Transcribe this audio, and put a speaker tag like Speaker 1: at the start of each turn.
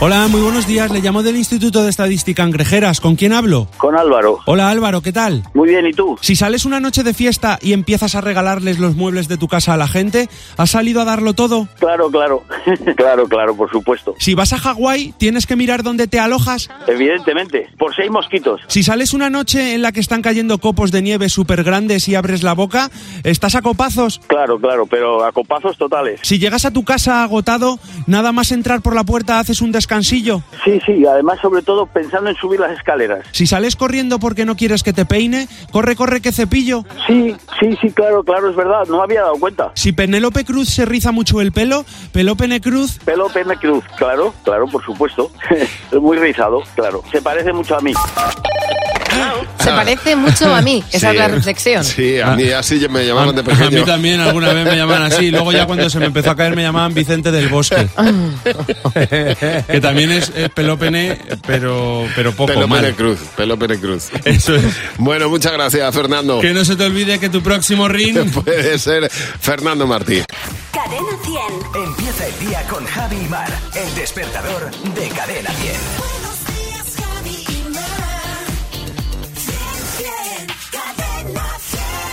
Speaker 1: Hola, muy buenos días. Le llamo del Instituto de Estadística Angrejeras. ¿Con quién hablo?
Speaker 2: Con Álvaro.
Speaker 1: Hola Álvaro, ¿qué tal?
Speaker 2: Muy bien, ¿y tú?
Speaker 1: Si sales una noche de fiesta y empiezas a regalarles los muebles de tu casa a la gente, ¿has salido a darlo todo?
Speaker 2: Claro, claro. claro, claro, por supuesto.
Speaker 1: Si vas a Hawái, ¿tienes que mirar dónde te alojas?
Speaker 2: Evidentemente. Por seis mosquitos.
Speaker 1: Si sales una noche en la que están cayendo copos de nieve súper grandes y abres la boca, ¿estás a copazos?
Speaker 2: Claro, claro, pero a copazos totales.
Speaker 1: Si llegas a tu casa agotado, nada más entrar por la puerta haces un descansillo.
Speaker 2: Sí, sí, además, sobre todo pensando en subir las escaleras.
Speaker 1: Si sales corriendo porque no quieres que te peine, corre, corre que cepillo.
Speaker 2: Sí, sí, sí, claro, claro, es verdad. No me había dado cuenta.
Speaker 1: Si Penélope Cruz se riza mucho el pelo, Pelópene Cruz,
Speaker 2: Pelo Pena Cruz. Claro, claro, por supuesto. es muy rizado, claro. Se parece mucho a mí.
Speaker 3: Se parece mucho a mí, esa es la reflexión.
Speaker 4: Ah. Sí, a mí así me llamaban de
Speaker 1: A mí
Speaker 4: pequeño.
Speaker 1: también alguna vez me llamaban así. Luego ya cuando se me empezó a caer me llamaban Vicente del Bosque. que también es, es pelópene, pero, pero poco
Speaker 4: Pelo
Speaker 1: mal.
Speaker 4: Pérez Cruz, Pelo Pérez Cruz.
Speaker 1: Eso es.
Speaker 4: Bueno, muchas gracias, Fernando.
Speaker 1: Que no se te olvide que tu próximo ring...
Speaker 4: Puede ser Fernando Martí.
Speaker 5: Cadena 100.
Speaker 6: Empieza el día con Javi Mar. El despertador de Cadena 10.
Speaker 7: Buenos días, Javi y Mar. Bien, bien, cadena